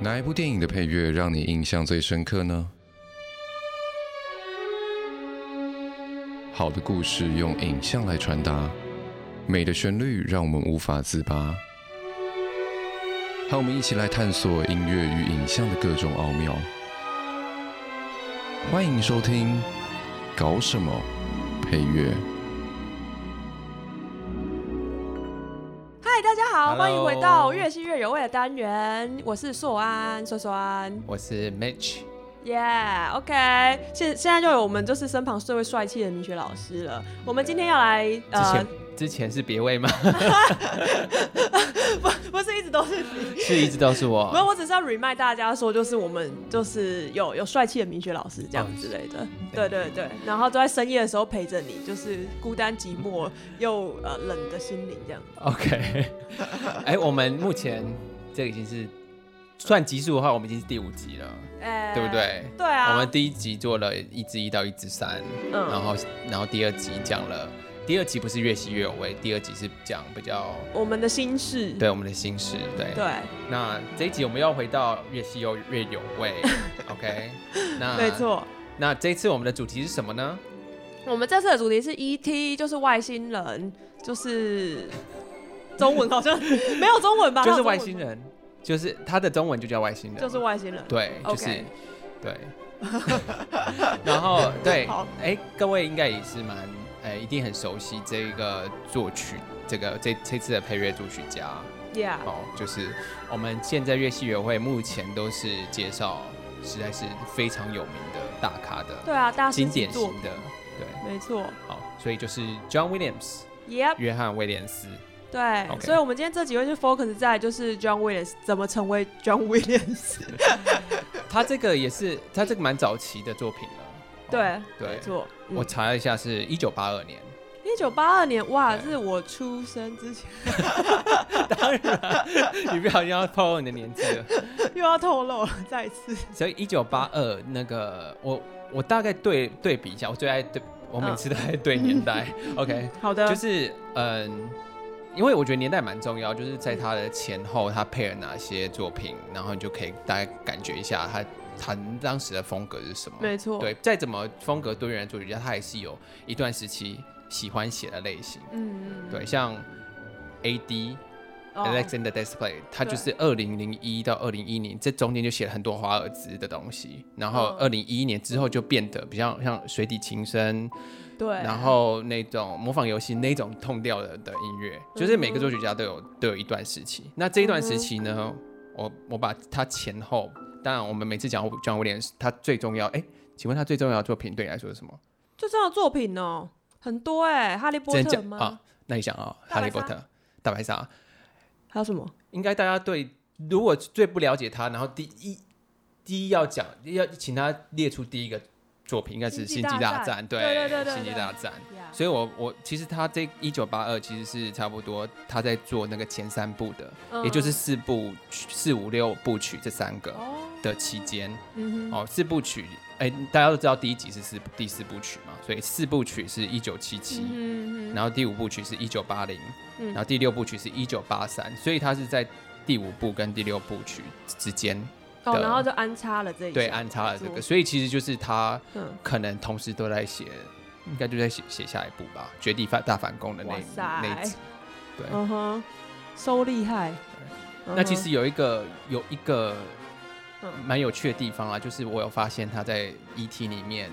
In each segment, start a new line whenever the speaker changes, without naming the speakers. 哪一部电影的配乐让你印象最深刻呢？好的故事用影像来传达，美的旋律让我们无法自拔。和我们一起来探索音乐与影像的各种奥妙。欢迎收听《搞什么配乐》。
嗨，大家好
Hello
欢迎回到越新越有味的单元，我是硕安，硕硕安，
我是 Mitch，
耶、o k 现现在就有我们就是身旁最位帅气的米雪老师了。我们今天要来，呃
之前、，之前是 别位吗？
不不是一直都是
是一直都是
没有，
我。
我只是要 remind 大家说，就是我们就是有有帅气的明学老师这样之类的，对对对，然后都在深夜的时候陪着你，就是孤单寂寞又呃冷的心灵这样。
OK，哎、我们目前这个已经是算集数的话，我们已经是第五集了，
哎
对不？对？
对啊，
我们第一集做了一至一到一至三，
嗯
然后然后第二集讲了，第二集不是越洗越有味，第二集是讲比较
我们的心事，
对我们的心事，对。
对
那这一集我们要回到越洗又越有味 ，OK？那
没。错。
那这一次我们的主题是什么呢？
我们这次的主题是 E.T.，就是外星人，就是中文好像没有中文吧？
就
它
是
有中文
外星，人，就是他的中文就叫外星人，
就是外星人。
对，就
OK
是对，然后对
好，
哎，各位应该也是蛮哎，一定很熟悉这个作曲，这个这这次的配乐作曲家
Yeah，
哦，就是我们现在乐器乐会目前都是介绍，实在是非常有名的大咖的
对啊，大师
经
级
典型
作品，
的，对，
没错。
好，所以就是 John Williams，
Yep，
约翰威廉斯，
对
OK
所以我们今天这几位就 focus 在就是 John Williams 怎么成为 John Williams。
他这个也是他这个蛮早期的作品了，哦
对，
对
没错。嗯
我查了一下，是一九八二年。
一九八二年，哇，
对
这是我出生之前
当然，你不小心要透露你的年纪 了。
又要透露了，再一 次。
所以一九八二那个，我我大概对对比一下，我最爱对，我每次都爱对年代。OK，
嗯 好的，
就是嗯，因为我觉得年代蛮重要，就是在他的前后，他配了哪些作品，然后你就可以大概感觉一下他他当时的风格是什么。
没错。
对，再怎么风格多元的作曲家，他还是有一段时期喜欢写的类型。
嗯，嗯，
对，像 A.D.
哦
Alexander Display，他就
对
是二零零一到二零一零这中间就写了很多华尔兹的东西，然后二
嗯
零一一年之后就变得比较像水底情深，
对，
然后那种模仿游戏那种痛调的的音乐，就是每个作曲家都有
嗯
都有一段时期。那这一段时期呢，我我把它前后，当然我们每次讲 John Williams，他最重要，哎，请问他最重要的作品对你来说是什么？
就这样的作品哦，很多哎，《哈利波
真
特
假》
吗？
啊？那你想啊，《
大
哈
白
利波
鲨
特》大白鲨。
还有什么？
应该大家对如果最不了解他，然后第一第一要讲要请他列出第一个作品，应该是《
星际
星
大
际大战》
战对对对对
星际
对
大战》。
Yeah
所以我我其实他这一九八二其实是差不多他在做那个前三部的，
嗯
也就是四部曲四五六部曲这三个
哦，
的期间
嗯哼，
哦，四部曲。哎，大家都知道第一集是四第四部曲嘛，所以四部曲是一九七七，
嗯哼
然后第五部曲是一九八零，
嗯
然后第六部曲是一九八三，所以它是在第五部跟第六部曲之间，
哦，
的
然后就安插了这一
对，
下嗯
安插了这
没
个，
错
所以其实就是他
嗯，
可能同时都在写，应该就在写写下一部吧，《绝地反大反攻》的那
哇
那一
塞
集。，对，
嗯哼，收厉害。嗯
那
哼
其实有一个有一个
嗯
蛮有趣的地方啊，就是我有发现他在《E.T.》里面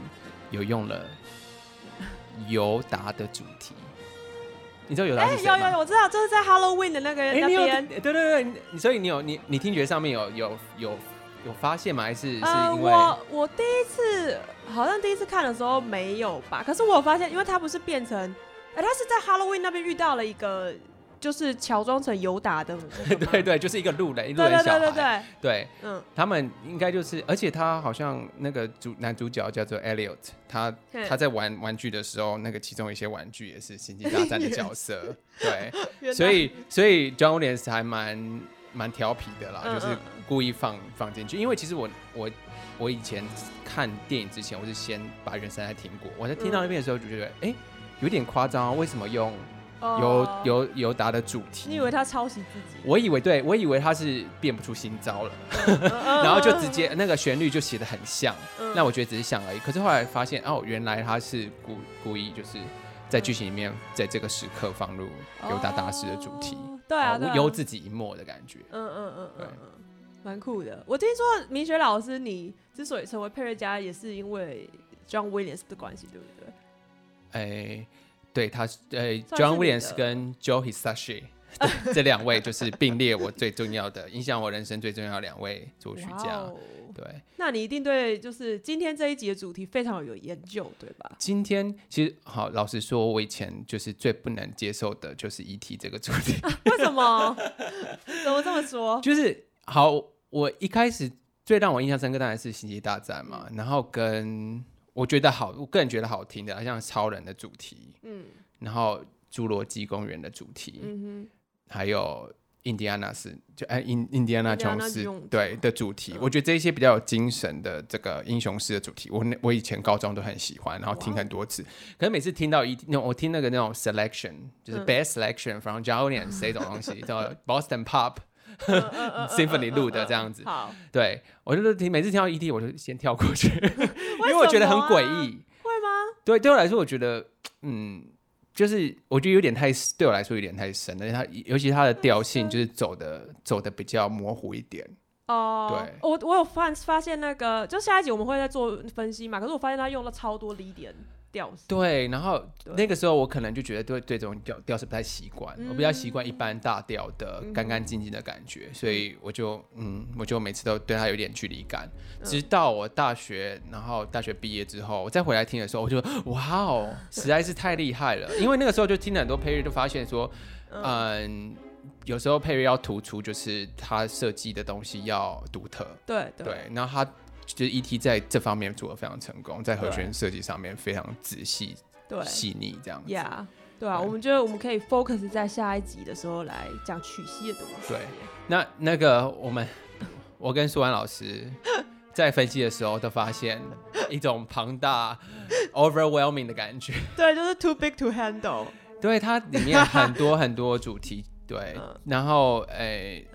有用了 尤达的主题，你知道尤达
哎，
是谁
有
吗？
有有，我知道，就是在 Halloween 的那个
哎，
那
你有
边。
对对对，你所以你有你你听觉上面有有有有发现吗？还是是
呃，
因为、
我我第一次好像第一次看的时候没有吧，可是我有发现，因为他不是变成，哎、他是在 Halloween 那边遇到了一个，就是乔装成尤达的那个吗，
对对，就是一个路人，一路
对
人
对
小孩，
对对对，
对
嗯，
他们应该就是，而且他好像那个主男主角叫做 Elliot，他
嘿
他在玩玩具的时候，那个其中一些玩具也是星际大战的角 色，对，
原来
所以所以 John Williams 还蛮蛮调皮的啦，
嗯
就是
嗯
故意放放进去。因为其实我我我以前看电影之前，我
嗯
是先把原声带听过，我在听到那边的时候就觉得，哎、有点夸张啊，为什么用尤尤尤达的主
哦你以
题。
为他抄袭自己？
我以为对，我以为他是变不出新招了，
然
然后就直接那个旋律就写的很像，
嗯
那我觉得只是像而已。可是后来发现，哦，原来他是故故意就是在剧情里面，在这个时刻放入尤达大师的主题，
哦对啊，
哦
对啊
由自己一默的感觉。
嗯嗯嗯
对
嗯嗯，蛮酷的。我听说明学老师，你之所以成为配乐家，也是因为 John Williams 的关系，对不对？
哎、对，他是呃
算是
，John
你
Williams
的
跟 Joe Hisashi 这这两位就是并列我最重要的、影响我人生最重要的两位作曲
哇
家。
哦！
对，
那你一定对就是今天这一集的主题非常有研究，对吧？
今天其实好，老实说，我以前就是最不能接受的就是 ET 这个主 题，
为什么？怎么这么说？
就是好，我一开始最让我印象深刻当然是《星际大战》
嗯
嘛，然后跟我觉得好，我个人觉得好听的，像超人的主题，
嗯
然后侏罗纪公园的主题，
嗯
还有印第安纳斯，就哎印印第安纳琼斯
Indiana Jones
对的主题，
嗯
我觉得这一些比较有精神的这个英雄式的主题，我那我以前高中都很喜欢，然后听
哇哦
很多次。可是每次听到一那种我听那个那种 selection，就是
嗯
best selection from Julian 这种东西，叫 Boston Pop
哼，嗯嗯嗯
Symphony 录的这样子，
好，
对我就是听每次听到 ED 我就先跳过去，因
为
为我觉得
什
很
么啊
诡异。
会吗？
对，对我来说，我觉得，嗯，就是我觉得有点太，对我来说有点太深了。因为它尤其它的调性就是走的走的比较模糊一点。
哦、
对
我我有发发现那个，就下一集我们会再做分析嘛。可是我发现他用了超多离点调式，
对，然后
对
那个时候我可能就觉得对对这种调调是不太习惯，我比较习
嗯
惯一般大调的干干净净的感觉，所以我就嗯，我就每次都对它有点距离感。
嗯
直到我大学，然后大学毕业之后，我再回来听的时候，我就哇哦，实在是太厉害了！因为那个时候就听了很多配乐，就发现说，嗯，有时候配乐要突出，就是它设计的东西要独特。
对对
对，然后他就是 E.T. 在这方面做的非常成功，在和弦设计上面非常仔细、
对
细腻这样子。
呀对啊，
对
我们觉得我们可以 focus 在下一集的时候来讲曲系的东西。
对那那个我们，我跟舒安 老师在分析的时候，都发现一种庞大、overwhelming 的感觉。
对，就是 too big to handle。
对，它里面很 多很多主题。对
嗯，
然后诶，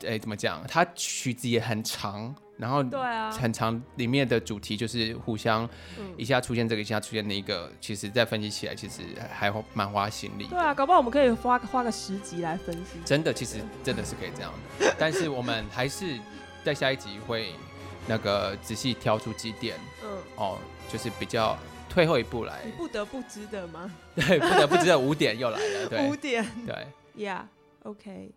诶、怎么讲？它曲子也很长，然后
对啊，
很长，里面的主题就是互相
嗯
一下出现这个，一下出现那个，其实再分析起来，其实还蛮花心力的。
对啊，搞不好我们可以花花个十集来分析。
真的，其实真的是可以这样的，但是我们还是在下一集会那个仔细挑出几点
嗯，
哦，就是比较退后一步来
你，不得不知的吗？
对，不得不知道五点又来了，
五
对
点
对，
，Yeah，OK，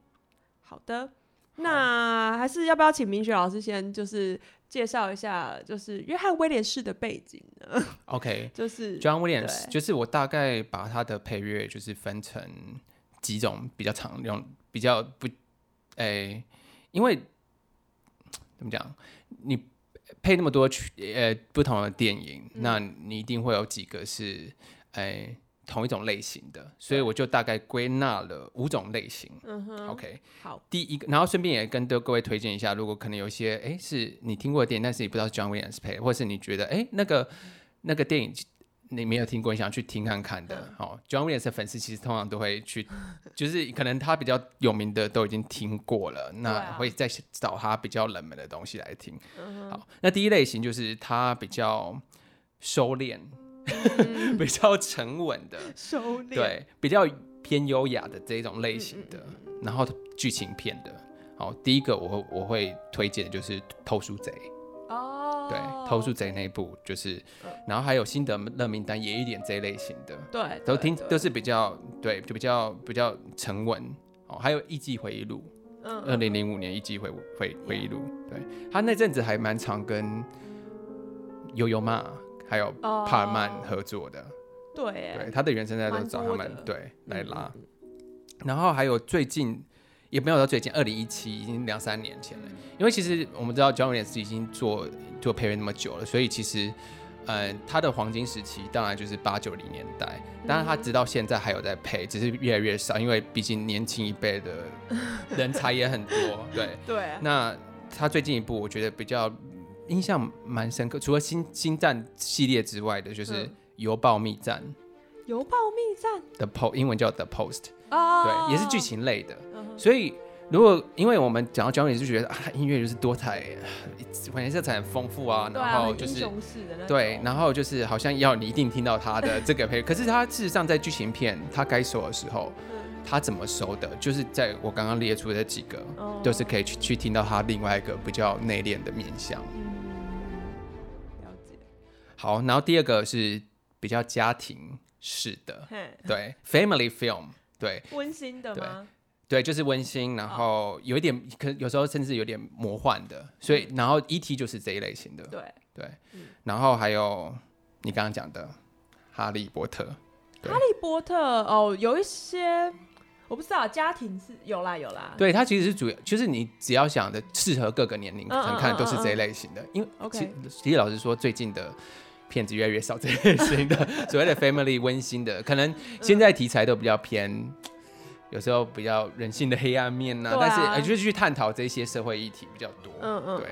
好的。那还是要不要请明雪老师先就是介绍一下，就是约翰威廉士的背景呢？
，OK。
就是，
John Williams
对
就是我大概把他的配乐就是分成几种比较常用、比较不，诶、因为怎么讲，你配那么多曲，呃，不同的电影，
嗯
那你一定会有几个是，诶、同一种类型的，所以我就大概归纳了五种类型。
嗯哼，
OK，
好，
第一个，然后顺便也跟各各位推荐一下，如果可能有一些哎是你听过的电影，但是你不知道是 John Williams 配的，或是你觉得哎那个那个电影你没有听过，你想去听看看的，
嗯
哦，John Williams 的粉丝其实通常都会去，就是可能他比较有名的都已经听过了，
对
那
啊
会再找他比较冷门的东西来听。
嗯哼，
好，那第一类型就是他比较收敛、
嗯
比较沉稳 的，
收敛，
对，比较偏优雅的这一种类型
嗯
的，然后剧情片的。好，第一个我会我会推荐的就是《偷书贼》，
哦，嗯
对，偷书贼》那一部就是，然后还有《辛德勒名单》也一点这一类型的，
对，
都
对
听都
对
是比较对，就比较比较沉稳。哦，还有《艺伎回忆录》，
嗯
二零零五年《艺伎回回回忆录》，对他那阵子还蛮常跟悠悠妈还有
哦
帕尔曼合作的，
对
对，
耶，
他的原声带都
蛮
找
多
他们
的
对
嗯
来拉。然后还有最近也没有到最近，二零一七已经两三年前了。因为其实我们知道 John Williams 已经做做配乐那么久了，所以其实呃他的黄金时期当然就是八九零年代，
嗯
当然他直到现在还有在配，只是越来越少，因为毕竟年轻一辈 的人才也很多。对，
对，
那他最近一部我觉得比较印象蛮深刻，除了星星战系列之外的，就是
嗯
《邮报密战》。
邮报密战
The Post 英文叫 The Post，
哦，
对，也是剧，情类的。
嗯哼
所以如果因为我们讲到焦点，就觉得啊，音乐就是多彩， 反正色彩很丰富啊，
对
然
啊，
后
很
就
英
是。
雄式的那种嗯
对，然后就是好像要你一定听到他的这个 配乐，可是他事实上在剧情片他该收的时候，
嗯
他怎么收的？就是在我刚刚列出的几个，
哦
就是可以去去听到他另外一个比较内敛的面相。
嗯了解，
好，然后第二个是比较家庭式的，
嘿，
对，family film，对
温馨的吗？
对，就是温馨，
嗯
然后有一点，可有时候甚至有点魔幻的，所以然后 E.T. 就是这一类型的，
嗯对，
对
嗯，
然后还有你刚刚讲的《哈利波特》，对
哈利波特哦，有一些我不知道，家庭是有啦有啦，
对，它其实是主要，就是你只要想的适合各个年龄
嗯嗯
层看，
嗯
都是
嗯
这一类型的。因为
OK
其其实老实说，最近的片子越来越少这类型的 所谓的 family 温馨的，可
嗯
能现在题材都比较偏。有时候比较人性的黑暗面呐、
对
但是
啊
呃就是去探讨这些社会议题比较多。
嗯，嗯
对，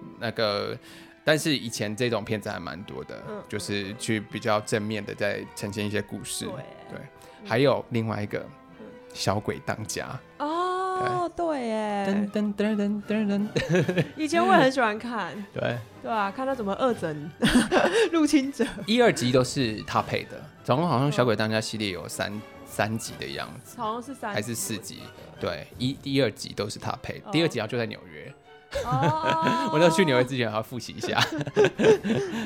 嗯，
那个，但是以前这种片子还蛮多的，
嗯
就是去比较正面的在呈现一些故事。
对
还有另外一个
嗯
小鬼当家，
哦，对耶
噔，噔噔噔噔噔，
以前我也很喜欢看，
对，
对啊，看他怎么恶整 入侵者，
一二集都是他配的，总共好像《小鬼当家》系列有三三集的样子，
好像是三
还是四集？对，一第二集都是他配
哦，
第二集要就在纽约，，
哦
我要去纽约之前还要复习一下。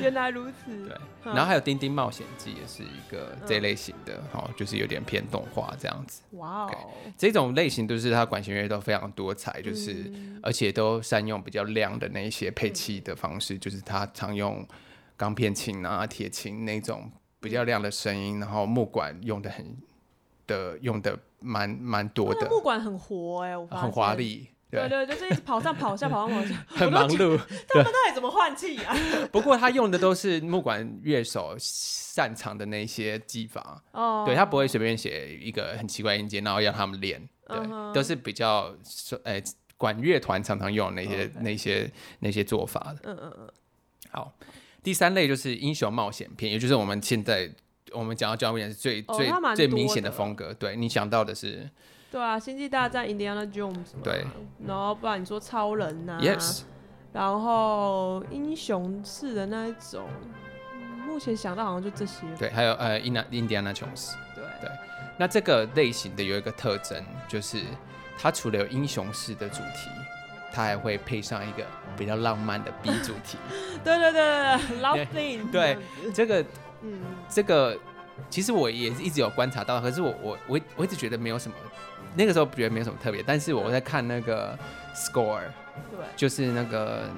原来如此，
对，
哦嗯
然后还有《丁丁冒险记》也是一个这类型的，哦，就是有点偏动画这样子。
哇哦
OK，这种类型都是它管弦乐都非常多
嗯
彩，就是、而且都善用比较亮的那一些配器的方式，就是它常用钢片琴啊、铁琴那种比较亮的声音，然后木管用的很的用的蛮蛮多
他
的
的，木管很活哎，我发现
很华。丽，
对
对，
对，就是一直跑上跑下跑上跑下，
很忙碌。
他们到底怎么换气啊？
不过他用的都是木管乐手擅长的那些技法，
哦，
对他不会随便写一个很奇怪的音阶，然后让他们练，对
嗯哼
都是比较呃管乐团常常用的那些
哦 OK
那些那些做法的。
嗯嗯嗯，
好，第三类就是英雄冒险片，也就是我们现在我们讲到教练是最、
哦
最
它蛮
最
多
明显的
的
风格。对你想到的是、
对啊，星际大战、Indiana Jones 嘛，
对，
然后不然你说超人啊呐
y e s
然后英雄式的那一种，嗯目前想到好像就这些，
对，还有呃印印第安纳琼斯。
对，
那这个类型的有一个特征，就是它除了有英雄式的主题，它还会配上一个比较浪漫的 B 主题。
对对对对 对，Love Thing，
对，这个
嗯，
这个，其实我也是一直有观察到，可是我我我我一直觉得没有什么，那个时候觉得没有什么特别，但是我在看那个 score，
对，
就是那个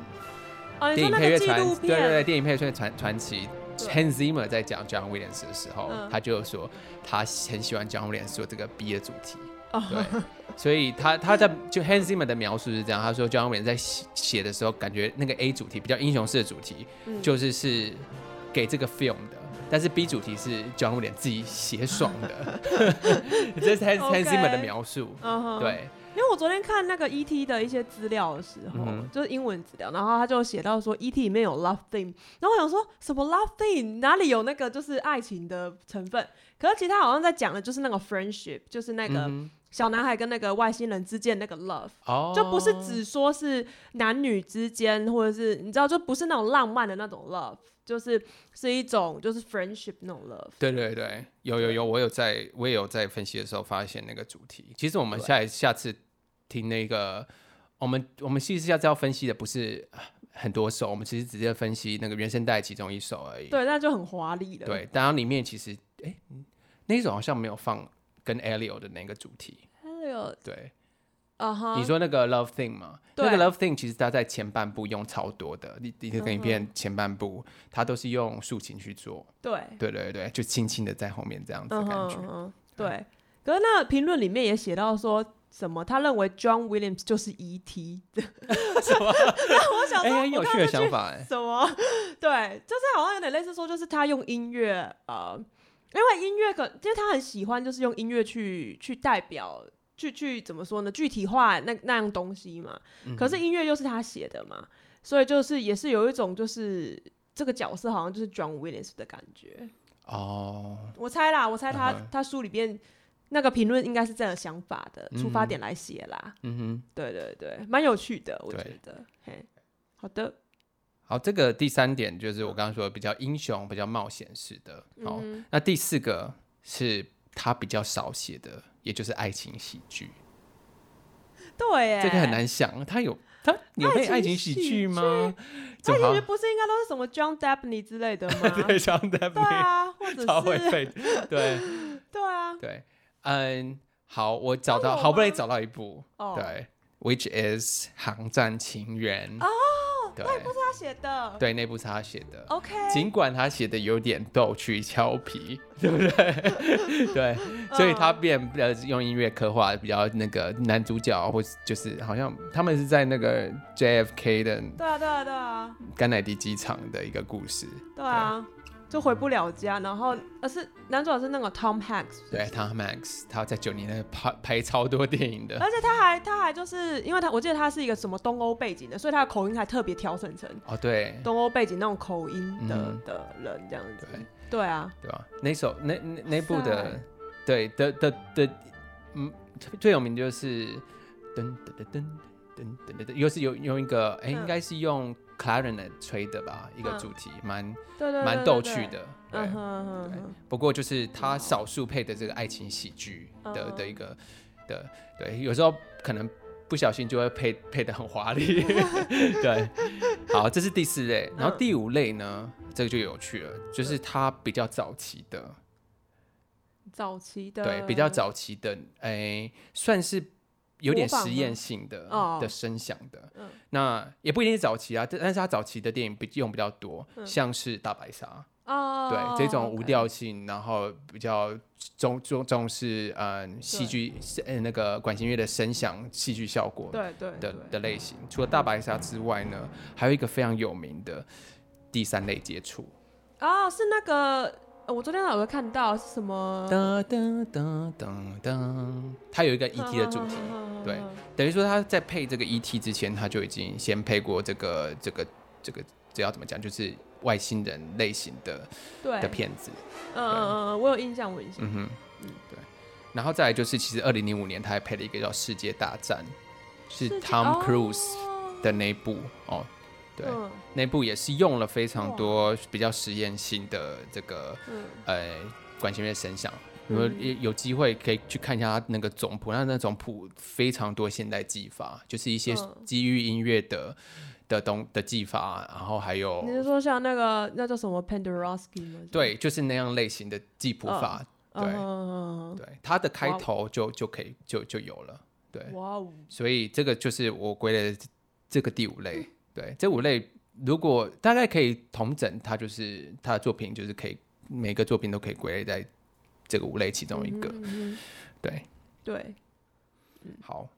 哦，你说
电影
那
配
个
乐
纪
传，
录
对对
片，
对，电影配乐传传奇。
对
Hans Zimmer 在讲 John Williams 的时候，
嗯
他就说他很喜欢 John Williams 做这个 B 的主题，
哦
对，所以他他在就 Hans Zimmer 的描述是这样，他说 John Williams 在写写的时候，感觉那个 A 主题比较英雄式的主题，
嗯
就是是给这个 film 的，但是 B 主题是 John Williams 自己写爽的， 这是 Hans Hans
OK
Zimmer 的描述，
嗯哼，
对，
因为我昨天看那个 E.T. 的一些资料的时候，
嗯哼
就是英文资料，然后他就写到说 E.T. 里面有 love theme，然后我想说什么 love theme 哪里有那个就是爱情的成分？可是其实他好像在讲的就是那个 friendship，就是那个
嗯
小男孩跟那个外星人之间那个 love。
哼哦，
就不是只说是男女之间，或者是你知道，就不是那种浪漫的那种 love，就是是一种就是 friendship 那
哎
种 love。
对对对，有有有，我有在，我也有在分析的时候发现那个主题。其实我们下一下次听那个，我们我们其实下次要分析的不是呃很多首，我们其实直接分析那个原声带其中一首而已。
对，那就很华丽了。
对，当然里面其实哎，那一首好像没有放跟 Elio 的那个主题。
还有
对，
啊哈，
你说那个 Love Thing 嘛，
对
那个 Love Thing 其实它在前半部用超多的，你你这
嗯
个
哼
影片前半部它都是用竖琴去做，
对，
对对对，就轻轻的在后面这样子的
嗯
感
哼
觉。
嗯哼，对。可是那评论里面也写到说什么，他认为 John Williams 就是 E E.T. 那我想
哎、
说，
很有
我
趣
当
的
时去
想法哎。
什么？ 对，就是好像有点类似说，就是他用音乐，呃，因为音乐可，因为他很喜欢，就是用音乐去去代表，去去怎么说呢？具体化那那样
嗯
东西嘛。可是音乐又是他写的嘛，所以就是也是有一种就是。这个角色好像就是 John Williams 的感觉。
哦，
我猜啦，我猜他、
嗯哼
他书里边那个评论应该是这样的想法的
嗯
出发点来写啦。
嗯哼，
对对对，蛮有趣的，我
对
觉得。嘿，好的，
好，这个第三点就是我刚刚说的比较英雄、比较冒险式的。
嗯
好，那第四个是他比较少写的，也就是爱情喜剧。
对耶，
这个很。难想，他有他有
爱
配
情
爱情喜
喜
剧吗？
那
怎
你觉
么
得不是应该都是什么 John Dabney 之类的吗？
对像 d e
对啊，或者
超会
是
配，对
对啊，
对，嗯，好，我找到，
有
好不容易
吗
找到一部，
哦
对，which is《航站情缘》
哦
对
是他写的。
对，那部是他写的。
OK，
尽管他写的有点逗趣俏皮， 对不对？对，所以他变呃用音乐刻画比较呃那个男主角，或是就是好像他们是在那个 JFK 的
对啊，对啊，对啊，
甘乃迪机场的一个故事。
对啊，就回不了家，然后而是男主角是那个 Tom Hanks，
对，Tom Hanks 他在九零年代拍拍超多电影的。
而且他还他还就是因为他我记得他是一个什么东欧背景的，所以他的口音还特别调整成
哦，对
东欧背景那种口音的、
嗯
的人这样子。
对
对啊，
对吧？那首那那那部
哇
的
塞，
对的的的，嗯，最有名就是噔噔噔噔噔噔噔，又是有用一个，哎、
嗯
应该是用 clarinet 吹的吧，一个
嗯
主题，蛮
对对对
蛮
对
逗
对
趣的。对
嗯，哼嗯哼嗯
不过就是他少数配的这个爱情喜剧的
嗯
的一个的，对，有时候可能不小心就会配配的很华 丽，对。好，这是第四类，然后
嗯
第五类呢，这个就有趣了，就是他比较早期的，
哼，早期的
对，比较早期的，哎，算是有点
模仿
实
吗
验性的
哦
的声响的
嗯，
那也不一定是早期啊，但但是他早期的电影比用比较多，
嗯
像是大白鲨，
哦，
对，这种
OK
无调性，然后比较重重重视嗯戏
对
剧呃那个管弦乐的声响戏剧效果
对对
的
对
的类型。除了大白鲨之外呢，还有一个非常有名的第三类接触。
哦，是那个呃我昨天有个看到是什么？
噔噔噔噔噔，它有一个 ET 的主 题，对等于说他在配这个 ET 之前，他就已经先配过这个这个这个这要怎么讲，就是外星人类型的
对
的片子。
嗯嗯嗯嗯，我有印象，我有印象。
嗯哼，对。然后再来就是，其实二零零五年他还配了一个叫《世界大战》，是
世界
Tom Cruise
哦
的那一部哦。对，
嗯
那一部也是用了非常
哇
多比较实验性的这个
嗯，
呃管弦乐声响。如果有有机会可以去看一下他那个总谱，那那总谱非常多现代技法，就是一些
嗯
基于音乐的的东的技法，然后还有
你是说像那个那叫什么 Penderovsky 吗？
哦对，就是那样类型的记谱
嗯
法。
嗯，
对
嗯嗯嗯
对，它的开
哇哦
头就就可以就就有了。对，
嗯哇哦，
所以这个就是我归类的这个第五
嗯
类。对，这五类如果大概可以同整，它就是它的作品就是可以每个作品都可以归类在这个五类其中一个。
嗯哼嗯哼
对，
对。
好，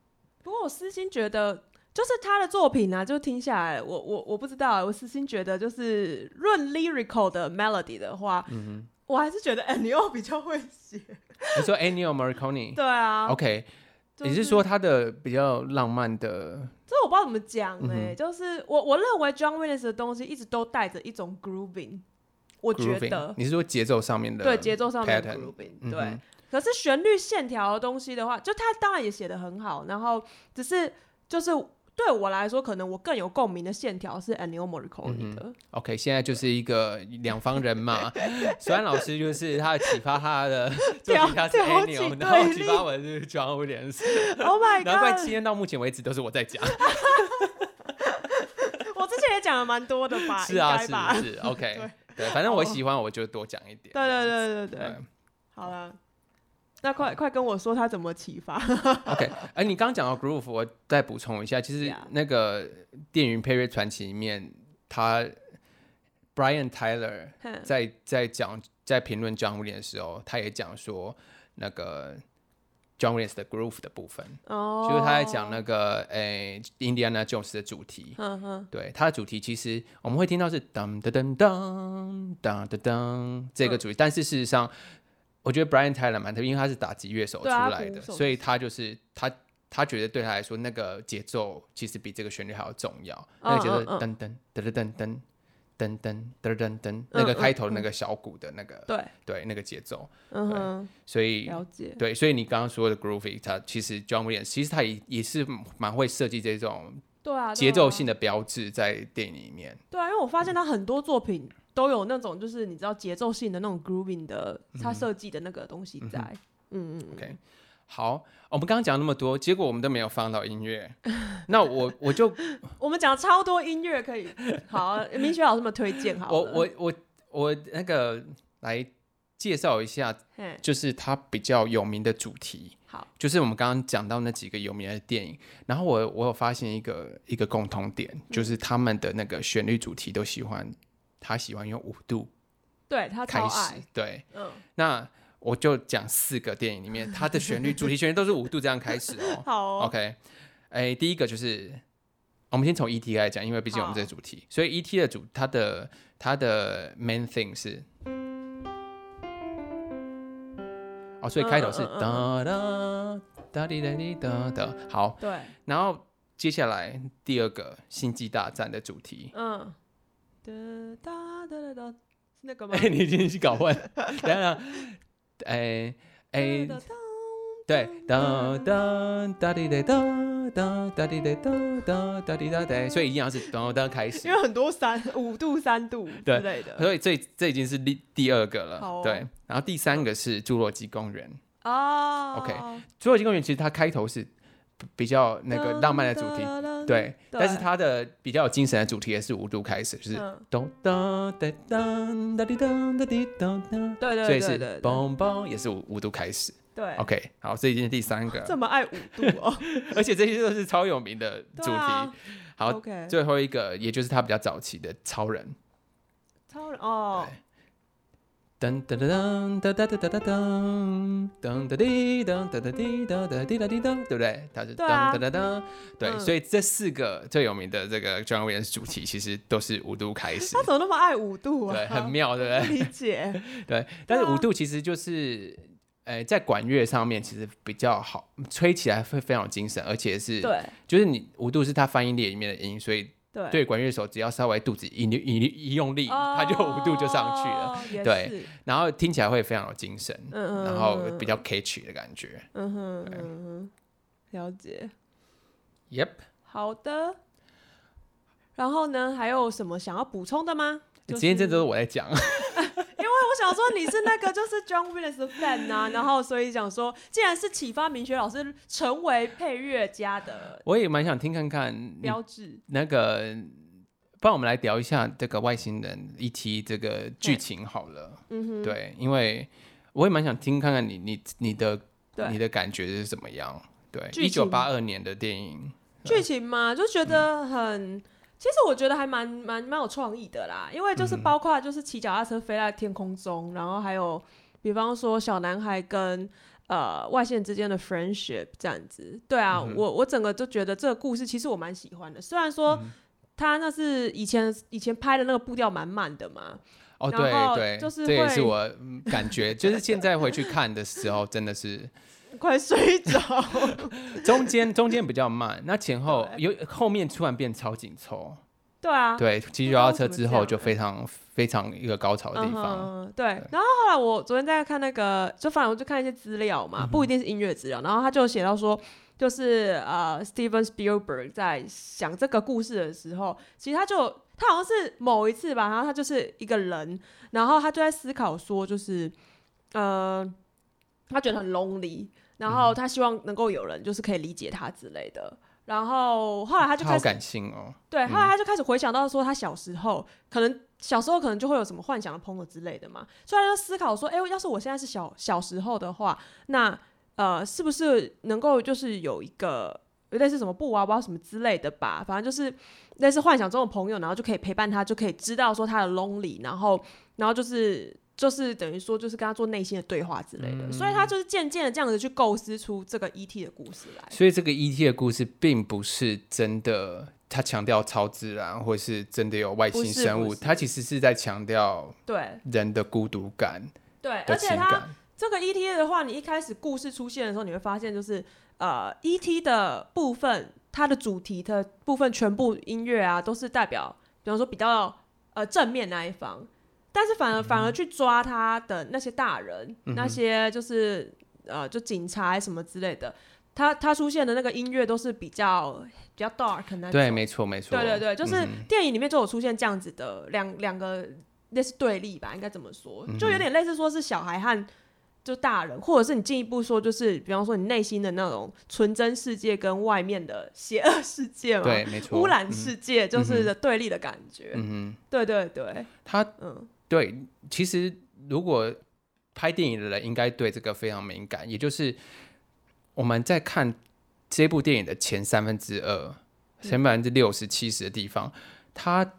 不过我私心觉得。就是他的作品啊，就听下来，我我我不知道啊，我私心觉得，就是论 lyrical 的 melody 的话，
嗯
我还是觉得 Anio 比较会写。
你说 Ennio Morricone，OK，、
对啊
OK，
就
你是说他的比较浪漫的？
这我不知道怎么讲哎、
嗯哼
就是我我认为 John Williams 的东西一直都带着一种 grooving，我觉
grooving，
得
你是说节奏上面的？
对节奏上面的
pattern
grooving，、
嗯哼
对。可是旋律线条的东西的话，就他当然也写的很好，然后只是就是对我来说，可能我更有共鸣的线条是 Ennio
嗯
Morricone 的，
OK，现在就是一个两方 人马。虽然老师就是他启发他的 作
挑
品，他是
挑
A
起
牛，然
对
后启
立
发我是 John Williams。
Oh my
难怪
god！
今天到目前为止都是我 在讲。
我之前也讲了蛮多的吧，
是啊，
应该吧哦
是是，OK，对，反正我喜欢我就多讲一 点。
对对对对对，
对
好了，那快快跟我说他怎么启发，
，OK。哎，你刚刚讲到 groove，我再补充一下，其实
Yeah
那个电影《配乐传奇》里面，他 Brian Tyler
哼
在在讲在评论 John Williams 的时候，他也讲说那个 John Williams 的 groove 的部分，
哦，
就是他在讲那个诶 Indiana Jones 的主题，
嗯哼，
对，它的主题其实我们会听到是噔噔噔噔噔噔噔这
嗯
个主题，但是事实上，我觉得 Brian Tyler 蛮特别，因为他是打击乐手出
对啊
来
鼓
的，
手
所以他就是他他觉得对他来说那个节奏其实比这个旋律还要重要，那个节奏
嗯嗯
噔噔噔噔噔噔噔噔噔噔噔，
嗯
那个开头的那个小鼓的那个，
对，
对，那个节奏，
嗯哼，
所以
了解，
对，所以你刚刚说的 groovy，它其实 John Williams 其实他也也是蛮会设计这种
对啊，对啊
节奏性的标志在电影里面。
对啊，因为我发现他很多作品都有那种，就是你知道节奏性的那种 grooving 的，
嗯
他设计的那个东西在。嗯嗯
OK，好，哦我们刚刚讲那么多，结果我们都没有放到音乐，那我我就
嗯，我们讲超多音乐可以，好啊，明学老师们推荐 好了。
我我我我那个来介绍一下，
嘿，
就是它比较有名的主题。
好，
就是我们刚刚讲到那几个有名的电影，然后我我有发现一个一个共同点，
嗯
就是他们的那个旋律主题都喜欢，他喜欢用五度
对他
开
超
始
爱，，
对，
嗯，
那我就讲四个电影里面，它的旋律主题旋律都是五度这样开始哦。
好哦
OK，哎，第一个就是我们先从 E.T. 来讲，因为毕竟我们
好
这个主题，所以 E.T. 的主它的它的 main thing 是。哦，所以开头是
嗯嗯
哒哒哒滴哒滴哒哒，好，
对，
然后接下来第二个《星际大战》的主题，
嗯，哒哒哒哒哒，是那个吗
哎、？ 你已经是搞混了，等一下，哎哎，
哒哒哒
对，哒哒哒滴哒哒哒哒滴哒哒哒哒滴哒哒，所以一样是哒哒开始
因。为很多三五度、三度
对
之类的
所以这这已经是第第二个了，
好哦
对。然后第三个是《侏罗纪公园》，
啊。
OK，《侏罗纪公园》其实它开头是比较那个浪漫的主题，
题
对，但是它的比较有精神的主题也是五度开始，就是
嗯，
咚哒哒哒哒滴哒哒滴哒哒，
对对
所以
对
是
对对对
嘣嘣，也是五五度开始。
对，
OK，好，这已经是第三个了，
这么爱五度哦，
而且这些都是超有名的
对
主题
啊。
好，
OK，
最后一个也就是他比较早期的超人。
超人哦，
噔噔噔噔噔噔噔噔噔噔噔滴噔噔噔滴噔噔滴噔滴噔，对不对？它是
对啊
噔噔噔噔，对，
嗯
所以这四个最有名的这个 John Williams 主题其实都是五度开始
他，怎么 那么爱五度啊？
对，很妙，对不
不 理解。
对？对，但是五度其实就是，呃，在管乐上面其实比较好，吹起来会非常有精神，而且是
对
就是你五度是它发音列里面的音，所以
对
对管乐手只要稍微肚子一扭一一用力，
哦
它就五度就上去了，，
也
对
是，
然后听起来会非常有精神，
嗯嗯，
然后比
较，
较 catchy 的感觉。
嗯哼嗯哼，了解，
Yep，
好的。然后呢，还有什么想要补充的吗？就
今天这
是
都是我在讲，
因为我想说你是那个就是 John Williams 的 fan 呐、然后所以想说，既然是启发明学老师成为配乐家的
我也蛮想听看看你
标志，
那个。不然我们来聊一下这个外星人 E.T. 这个剧情好了，
嗯哼，
对，因为我也蛮想听看看你你你的
对
你的感觉是怎么样。对，一
剧情
九八二年的电影，
剧情嘛，就觉得很，其实我觉得还蛮蛮蛮有创意的啦，因为就是包括就是骑脚踏车飞在天空中，然后还有比方说小男孩跟呃外线之间的 friendship 这样子，对啊，我我整个就觉得这个故事其实我蛮喜欢的，虽然说。他那是以前以前拍的那个步调蛮慢的嘛，
哦，
然后
对对，
就是
这也是
会
我嗯感觉，就是现在回去看的时候，真的是
快睡着。
中间中间比较慢，那前后
对
有后面突然变超紧凑，
对啊，
对，骑
不
脚
知道
踏车
怎么
之
这
后
样
就
欸
非常非常一个高潮的地
嗯
方，
哼，对。然后后来我昨天在看那个，就反正我就看一些资料
嗯
嘛，不一定是音乐资料。然后他就写到说，就是呃，Steven Spielberg 在想这个故事的时候，其实他就他好像是某一次吧，然后他就是一个人，然后他就在思考说，就是呃，他觉得很 lonely，然
嗯
后他希望能够有人就是可以理解他之类的。然后后来他就
他
开
好
始
感性哦，
对，后来他就开始回想到说，他小时候可能小时候可能就会有什么幻想的朋友之类的嘛，所以他就思考说，哎、要是我现在是小小时候的话，那呃，是不是能够就是有一个类似什么布娃娃什么之类的吧，反正就是类似幻想中的朋友，然后就可以陪伴他，就可以知道说他的 lonely，然后然后就是。就是等于说，就是跟他做内心的对话之类的，所以他就是渐渐的这样子去构思出这个 E.T. 的故事来。
所以这个 E.T. 的故事并不是真的，他强调超自然，或是真的有外
不
星
是
生
不
物，
是
他其实是在强调
对
人的孤独感
对，
的
而
情
且他
感，
这个 E.T. 的话，你一开始故事出现的时候，你会发现就是呃，E.T. 的部分，它的主题的部分，全部音乐啊，都是代表，比方说比较呃正面那一方，但是
嗯
反而反而去抓他的那些大人，那些就是呃就警察什么之类的，他他出现的那个音乐都是比较比较 dark 那种。
对，没错，没错，
对对对，就是
嗯
电影里面就有出现这样子的两两个类似对立吧，应该怎么说？
嗯
就有点类似说是小孩和就大人，或者是你进一步说就是，比方说你内心的那种纯真世界跟外面的邪恶世界嘛，
对，没错，嗯
污染世界就是的对立的感觉。
嗯，嗯
对对对，
哼，他
嗯
对，其实如果拍电影的人应该对这个非常敏感，也就是我们在看这部电影的前三分之二、前百分之六十、七十的地方，他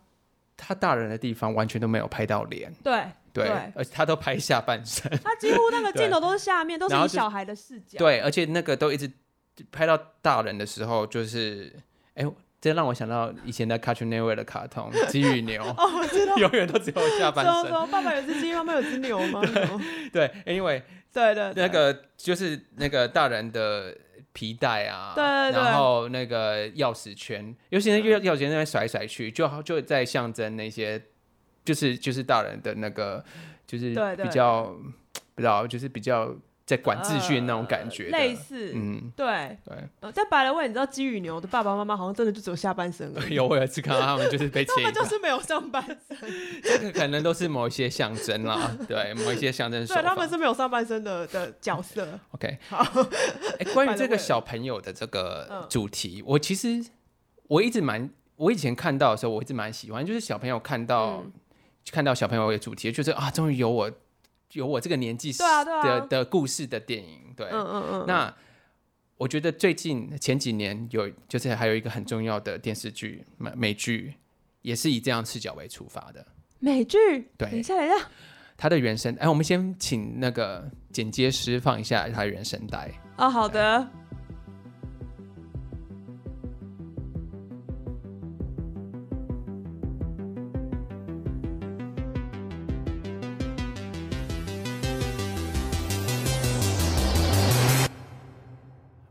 他大人的地方完全都没有拍到脸，
对，
对，
对啊
而且他都拍下半身，
他几乎那个镜头都是下 面，都是
然后
以
就
小孩的视角。
对，而且那个都一直拍到大人的时候，就是哎。这让我想到以前的 Cartoon Network 的卡通《鸡与牛》，
哦，我知道。
永远都只有下半
说
身。
说爸爸有只鸡，妈妈有只牛 吗？
对，因为
对对，对
那个就是那个大人的皮带啊，
对对对
然后那个钥匙圈，尤其是钥钥匙圈那边甩来甩去，就好就在象征那些，就是就是大人的那个，就是
对对
比较不知道，就是比较在管秩序那种感觉的、
呃类似，
嗯，
对，
对。
呃，在百了位，你知道鸡与牛的爸爸妈妈好像真的就只有下半身 而已，
有我有一次看到他们就是被切
他
一半，
们就是没有上半身，
这个可能都是某一些象征啦，对，某一些象征手
对，他
法
们是没有上半身的的角色。
OK，
好
哎、 关于
By the
这个
way
小朋友的这个
嗯
主题，我其实我一直蛮，我以前看到的时候，我一直蛮喜欢，就是小朋友看到、
嗯
看到小朋友的主题，就是啊，终于有我有我这个年纪
对啊对啊
的的故事的电影， 对，
嗯嗯嗯，
那。我觉得最近前几年有，就是还有一个很重要的电视剧美美剧，也是以这样视角为出发的。
美剧，
对
等一下，等一下，
它的原声，哎，我们先请那个剪接师放一下它的原声带。
哦，好的，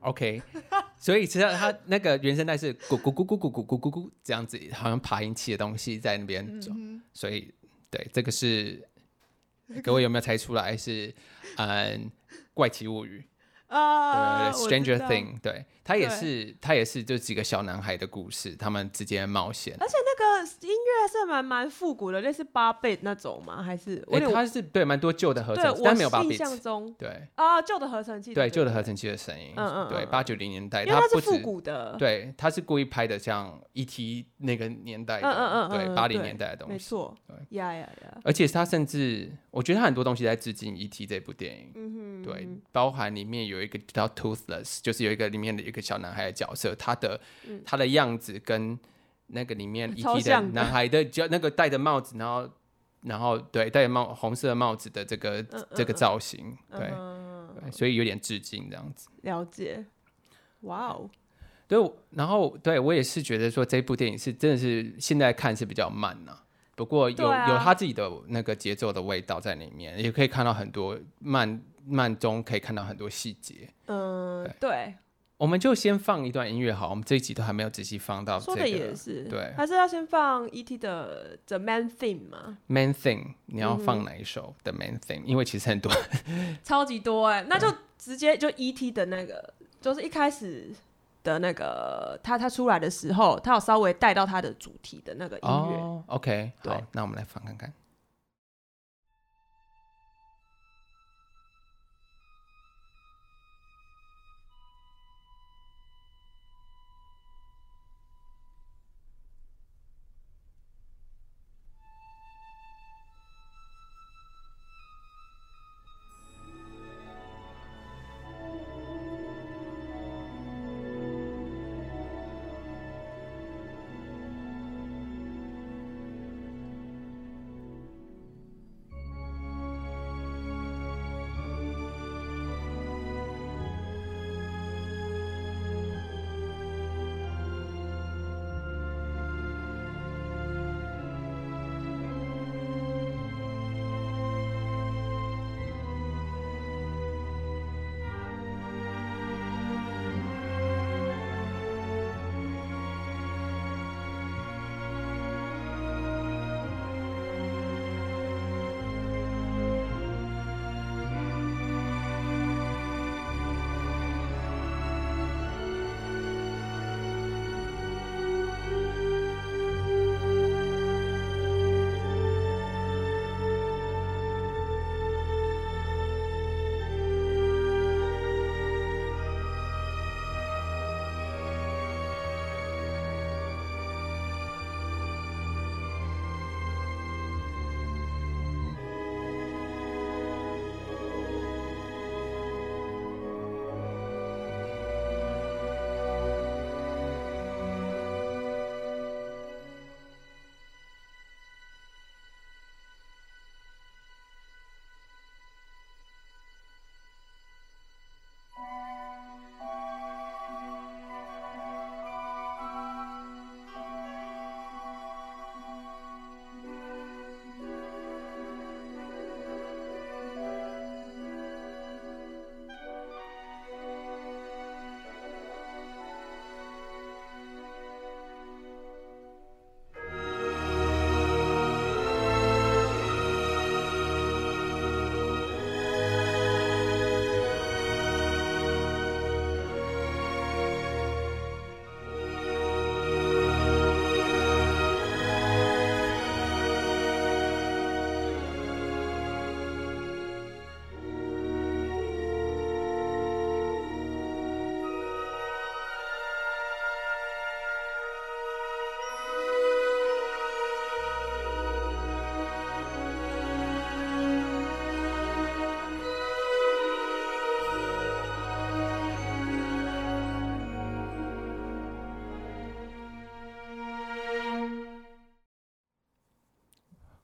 OK，所以其实它那个原声带是咕咕咕咕咕咕咕咕咕这样子，好像爬音器的东西在那边
嗯
走，所以对这个是各位有没有猜出来是嗯《怪奇物语》
啊，
对
我
对对
知
，Stranger
道
Thing，对，它也
对
是它也是就几个小男孩的故事，他们之间的冒险。
而且那个音乐是蛮蛮复古的，类似八贝那种吗？还是我
诶
有点
它是对蛮多旧的合
对
成器，但没有
我
8
印
bit，
象中
对
啊，旧的合成器，
对旧的合
成，
成器的声音，
嗯嗯嗯
对
嗯
八九零年代，
因为它是
不止
复古的，
对，他是故意拍的像 E.T. 那个年代的，
嗯嗯嗯嗯
对，
嗯
八零
对
年代的东
没
西。
错
对，
呀呀呀，
而且他甚至，我觉得他很多东西在致敬 E.T. 这部电影，
嗯哼，
对，包含里面有一个叫 Toothless，就是有一个里面的一个小男孩的角色，他的、他的样子跟那个里面
嗯超
E.T. 的
像的
男孩的，就那个戴着帽子，然后然后对戴着帽红色帽子的这个、
嗯
这个
嗯嗯
造型，
嗯
对、
哼
对，所以有点致敬这样子。
了解，哇哦，
对，我然后对我也是觉得说这部电影是真的是现在看是比较慢呐、不过有、
对啊
有他自己的那个节奏的味道在里面，也可以看到很多慢慢中可以看到很多细节。
嗯，对，
我们就先放一段音乐好，我们这一集都还没有仔细放到哦这
说的也
个
是，
对
还是要先放 E.T. 的 The Man Theme 嘛，
Main Thing，你要
嗯
放哪一首的 Main Thing？、因为其实很多，
超级多哎、那就直接就 E.T. 的那个，就是一开始的那个，他他出来的时候，他有稍微带到他的主题的那个音乐。
哦，OK，好
对，
那我们来放看看。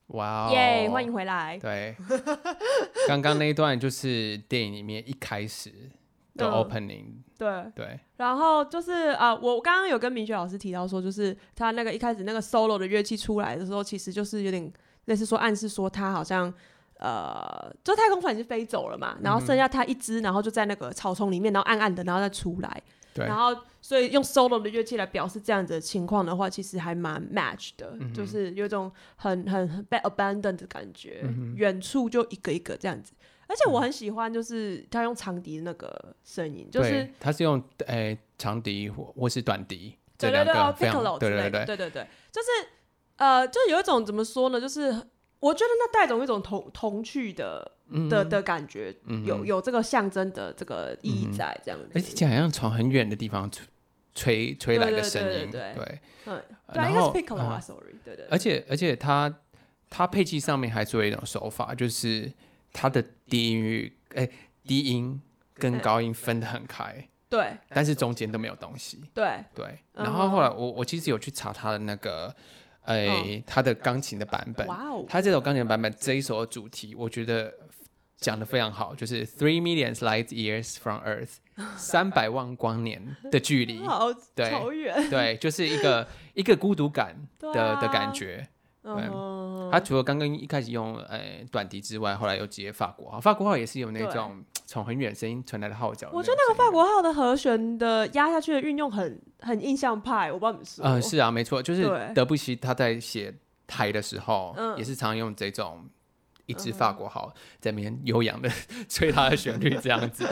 哇哦，
耶欢迎回来。
对，刚刚那一段就是电影里面一开始的
嗯
opening，、
对，
对，
然后就是啊、我刚刚有跟明雪老师提到说，就是他那个一开始那个 solo 的乐器出来的时候，其实就是有点类似说暗示说他好像呃，就太空船已经飞走了嘛，然后剩下他一只，然后就在那个草丛里面，然后暗暗的，然后再出来，
对
然后所以用 solo 的乐器来表示这样子的情况的话，其实还蛮 match 的，就是有一种很很很被 abandoned 的感觉，远处就一个一个这样子。而且我很喜欢，就是他用长笛的那个声音，就是
对，它是用诶、长笛或或是短笛这
对对
两
对
个
哦
非常
，piccolo 之
对
类
对
的，
对
对对对，就是呃，就有一种怎么说呢，就是我觉得那带种一种童童趣的
嗯
的的感觉，有有这个象征的这个意义在这样
而
子。
且嗯哎讲好像从很远的地方吹吹吹来的声
对对
音，
对对嗯，对啊，
然
应该是
后
piccolo 啊
嗯
，sorry，对对，对
而且而且它它配器上面还做一种手法，就是它的低音域诶、低音跟
对
高音分得很开，
对
但是中间都没有东西。
对，
对，
嗯
然后后来我我其实有去查他的那个，哎、他的钢琴的版本，
嗯哇哦，
他这首钢琴版本这一首的主题，我觉得讲的非常好，就是 three million light years from Earth，三百万光年的距离，
好
对
好远，
对，就是一 个一个孤独感
对
的、
啊
的感。觉。
嗯，
他除了刚刚一开始用呃短笛之外，后来又接法国号，法国号也是有那
对
种从很远声音传来的号角的种声音。
我觉得那个法国号的和弦的压下去的运用很很印象派，我不知道你说。
嗯，是啊，没错，就是
对
德布西他在写台的时候，
嗯
也是常用这种一支法国号在那边悠扬的 吹他的旋律这 样子，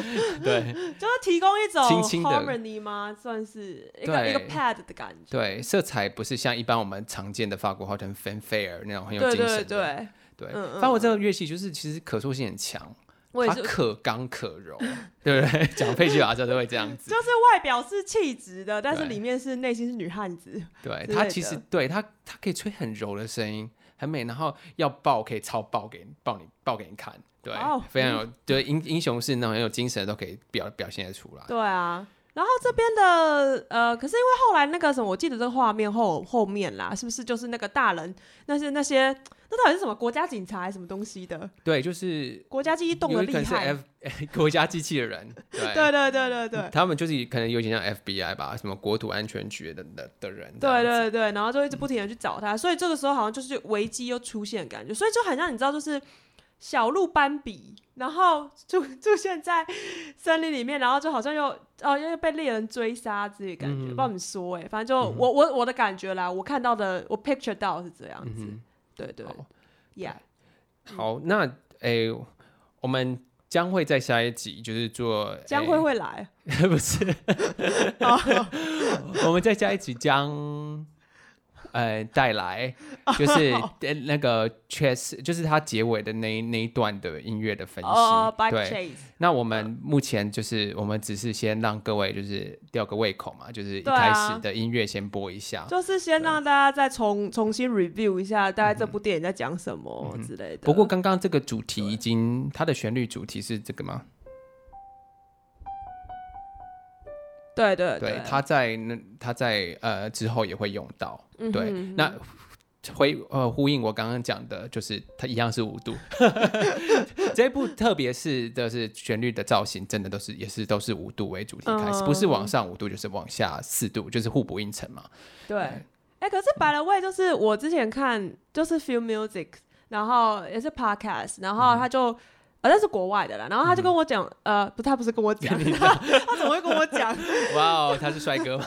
对
就是提供一种
轻轻的
harmony 吗？算是一个
对
一个 pad 的感觉。
对，色彩不是像一般我们常见的法国号跟 fanfare 那种很有
对
精神
对
的，
对，
对
嗯嗯
法国这个乐器就是其实可塑性很强，
我也
它
是，
可刚可柔，对不对？ 讲配器法则都会这样子，
就是外表是气质的，但是
对
里面是内心是女汉 子。
对
之
它
类
其实
的
对它它可以吹很柔的声音，很美，然后要爆可以超爆给你爆你爆给你看，对
哇哦
非常有对英英雄是那种很有精神的都可以表表现得出来。
对啊，然后这边的呃，可是因为后来那个什么，我记得这个画面后后面啦，是不是就是那个大人，那些那些，那到底是什么国家警察还是什么东西的？
对，就是
国家记忆动
有
的
可能
厉
是欸
害。
F 国家机器人，对
对对对对对。
他们就是可能有点像 FBI 吧，什么国土安全局的的的人这样
对
子，
对
嗯
对，然后就一直不停的去找他，所以这个时候好像就是危机又出现的感觉，所以就很像你知道，就是小鹿斑比，然后出 出现在森林里面，然后就好像又哦又被猎人追杀这些感
嗯
觉，不知道怎么说哎、反正就我我我的感觉啦，我看到的我 picture 到是这样子，
嗯
对对
好哎
，Yeah，
哼，好，那诶、我们将会在下一集就是做
江
诶
辉会
哎
来，
不是，
哦
我们在下一集将呃带来，
哦
就是呃那个 chess，就是它结尾的那一那一段的音乐的分析。
哦、b i k e
对，
Chase，
那我们目前就是我们只是先让各位就是吊个胃口嘛，就是一
对啊
开始的音乐先播一下。
就是先让大家再重重新 review 一下，大概
嗯
这部电影在讲什么之类的。
不过刚刚这个主题已经，它的旋律主题是这个吗？
对对
对，它在那它在呃之后也会用到。
嗯
对，
哼
那回呃呼应我刚刚讲的，就是它一样是五度。 这一部特别是就是旋律的造型，真的都是也是都是五度为主题开始，不是往上五度就是往下四度，就是互补映衬嘛。
对，哎、可是 by the way，就是我之前看就是 Feel Music，然后也是 podcast，然
嗯
后他就。呃，那是国外的啦，然后他就跟我讲，呃，不，他不是跟我讲，他 他怎么会跟我讲？
哇哦，他是帅哥吗？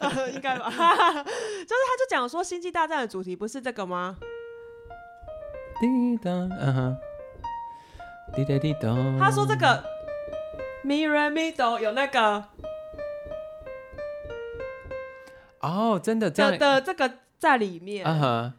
呃应该吧， 就是他就讲说《星际大战》的主题不是这个吗？
滴答，嗯哼，滴答滴答。
他说这个 Mirror Middle 有那个
哦，真的这
的
样，
的这个在里面。
嗯哼，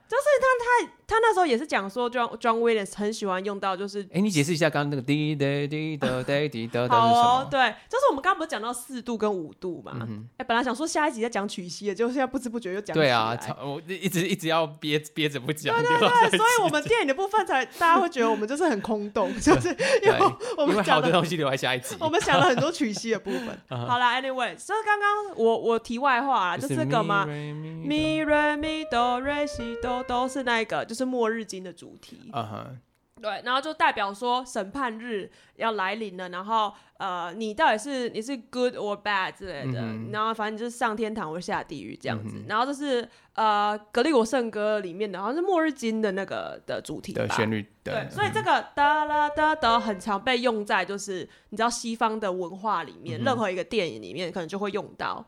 他那时候也是讲说，John John Williams 很喜欢用到就是
哎，你解释一下刚刚那个滴答滴答滴滴答答
好
是什
哦
么，？嗯
对，就是我们刚刚不是讲到四度跟五度嘛？哎、本来想说下一集再讲曲西的，结果现在不知不觉又讲
对
起
啊，
来
操我一直一直要憋憋着不讲，
对
对
对，所以我们电影的部分才大家会觉得我们就是很空洞，就是因为我
因
们
为好
讲
的
的。
东西留在下一集。
我们想了很多曲西的部分。好啦 a n y w a y 就是刚刚我我题外话啦，就这个嘛，
咪
咪瑞咪哆瑞西哆都是那一个，就是末日经的主题。
嗯哼，
对，然后就代表说审判日要来临了，然后呃，你到底是你是 good or bad 之类的，
嗯哼嗯
然后反正你就是上天堂或下地狱这样子。然后这是呃《格力果圣歌》里面的，好像是末日经的那个的主题吧
的。旋律
对
的，，嗯
所以这个哒啦哒哒很常被用在就是你知道西方的文化里
嗯
面，任何一个电影里面可能就会用到。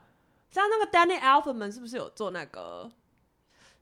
像那个 Danny Elfman 是不是有做那个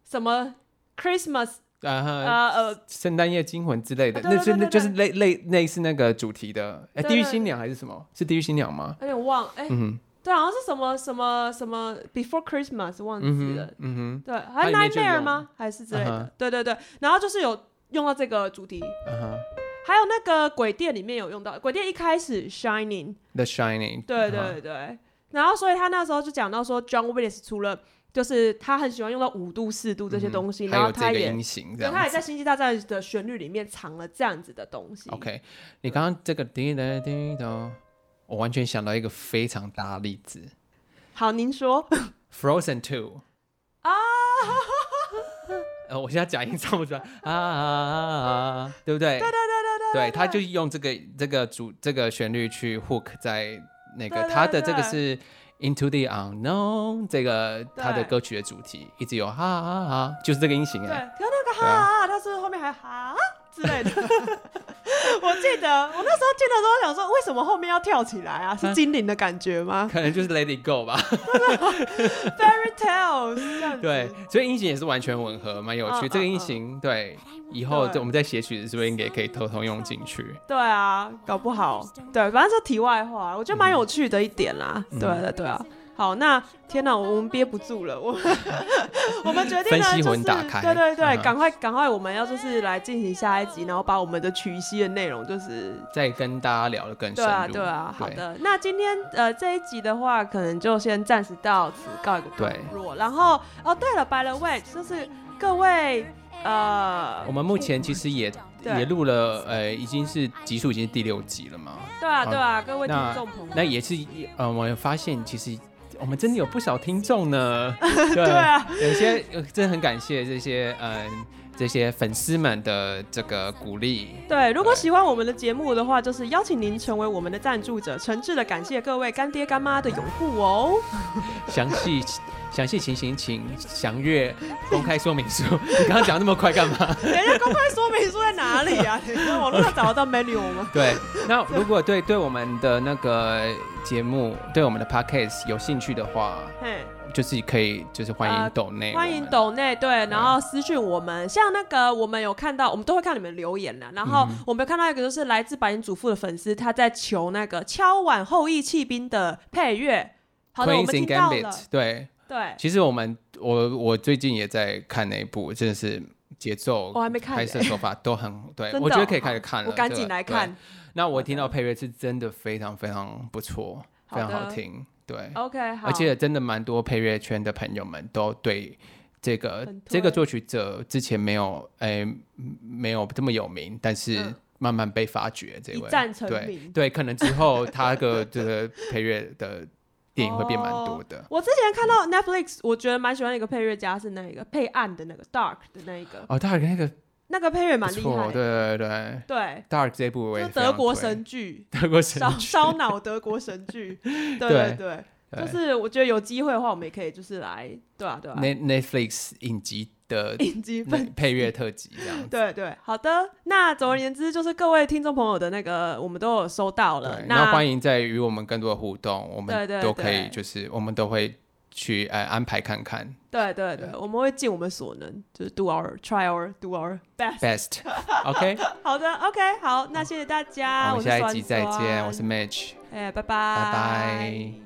什么 Christmas
然后
呃呃
嗯圣诞夜惊魂之类的，
啊对
那
对
是
对对
那就是类类类似那个主题的，哎，
对
地狱
对
新娘还是什么？是地狱新娘吗？
有点忘，哎、
嗯
对，好像是什么什么什么 Before Christmas 忘
哼，
记
嗯
了，
哼，嗯哼
对，还
它里面就有
Nightmare 吗？还是之类的
嗯哼
对对对。然后就是有用到这个主题，
嗯哼
还有那个鬼店里面有用到，鬼店一开始 Shining，
，The Shining，
对
嗯哼
对对。然后所以他那时候就讲到说，John Williams 除了就是他很喜欢用到五度四度这些东西，
嗯还
然后
有
他
这个
也
音型这
对，他
样
也在
子。
《星际大战》的旋律里面藏了这样子的东西。
OK，你刚刚这个滴答滴答，我完全想到一个非常大的例子
好，您 说
，Frozen Two。
啊，
呃，我现在假音唱不出来啊啊啊啊啊，对不对？对对对对对，他就用这个这个主这个旋律去 hook 在那
对
个
对
他的这个
对
是 Into the Unknown 这个他的
对
歌曲的主题，一直有哈哈哈，就是这个音型
对，
哎，
可是那个
对
哈，他是不是后面还哈之类的。 我记得我那时候进的时候想说，为什么后面要跳起来啊？
嗯
是精灵的感觉吗
可能就是 Let It Go 吧。
？Fairy tales 这样子。
对，所以音型也是完全吻合，蛮有趣。
嗯
这个
嗯
音
嗯
型，对，以后
对
这我们在写曲子是不是应该可以偷偷用进去？
对啊，搞不好。
嗯
对，反正这题外话，我觉得蛮有趣的一点啦。对对对啊。好，那天哪，我们憋不住了，我们 我们决定
分
呢，
析
就是
魂打开
对对对
嗯，
赶快赶快，我们要就是来进行下一集，然后把我们的曲析的内容就是
再跟大家聊得更深
对
入。
啊，对啊，好。的。那今天呃这一集的话，可能就先暂时到此告一个段落。然后哦，对了，by the way，就是各位呃
我，们目前其实也
对
也录了，呃，已经是集数已经是第六集了嘛。
对啊，对啊，各位听
那
众朋友，
那也是，呃，我有发现其实我们真的有不少听众 呢。对
对啊，
有些呃真的很感谢这些，嗯、这些粉丝们的这个鼓励。
对，啊如果喜欢我们的节目的话，就是邀请您成为我们的赞助者，诚挚的感谢各位干爹干妈的拥护哦。
详细详细情形请详阅公开说明书。你刚刚讲那么快干 嘛？
等一下公开说明书在哪里啊？等一下网络上找得到 menu 吗？
对，那如果对对我们的那个节目，对我们的 podcast 有兴趣的话，
嘿。
就是可以就是欢迎
呃
抖内、
欢迎。抖内对，然后私讯我们，像那个我们有看到，我们都会看你们留言
嗯
啦。然后我们有看到一个就是来自白银主妇的粉丝，他在求那个敲碗后羿弃兵的配乐。好的，我
Queens
们
in
听到了
Gambit，。对，
对，
其实我们我我最近也在看那一部，真的是节奏、
我还没看欸
拍摄手法都很对，
真的
我觉得可以
哦
开始看 了。
我赶
这个
紧来
对
看。
那我听到配乐是真的非常非常不错，非常
好
好
的
听。对，
OK，好。
而且真的蛮多配乐圈的朋友们都对这个
很推
这个作曲者之前没有诶、没有这么有名，但是
嗯
慢慢被发掘这
一
位
战成
对
名
对，可能之后他的这个配乐的电影会变蛮多的。
我之前看到 Netflix，我觉得蛮喜欢的一个配乐家是那个配暗的那个 Dark 的那一个，
哦，大 a r 那个
那个配乐
不
蛮厉
错，
害的。
对对对
对，
，Dark 这部我也
就
非
德
常
国
推
神 剧，
德国神
烧烧脑德国神剧。对对对。
对对
就是我觉得有机会的话，我们也可以就是来，对啊对啊，
Net- Netflix 影集的
应激
那
分。
配乐特辑这样子。
对对，好的。那总而言之，就是各位听众朋友的那个，我们都有收到了。
对，
那
那欢迎在与我们更多的互动，我
对
们
对
都可以，
对
就是我们都会去呃安排看看
对对对，我们会尽我们所能，就是 do our try our do our best。
best 。OK，
好的，OK，好，那谢谢大家。啊
我
我
们
是
下一
酸
集再见，
酸
我是 Match，
哎，拜拜，
拜拜。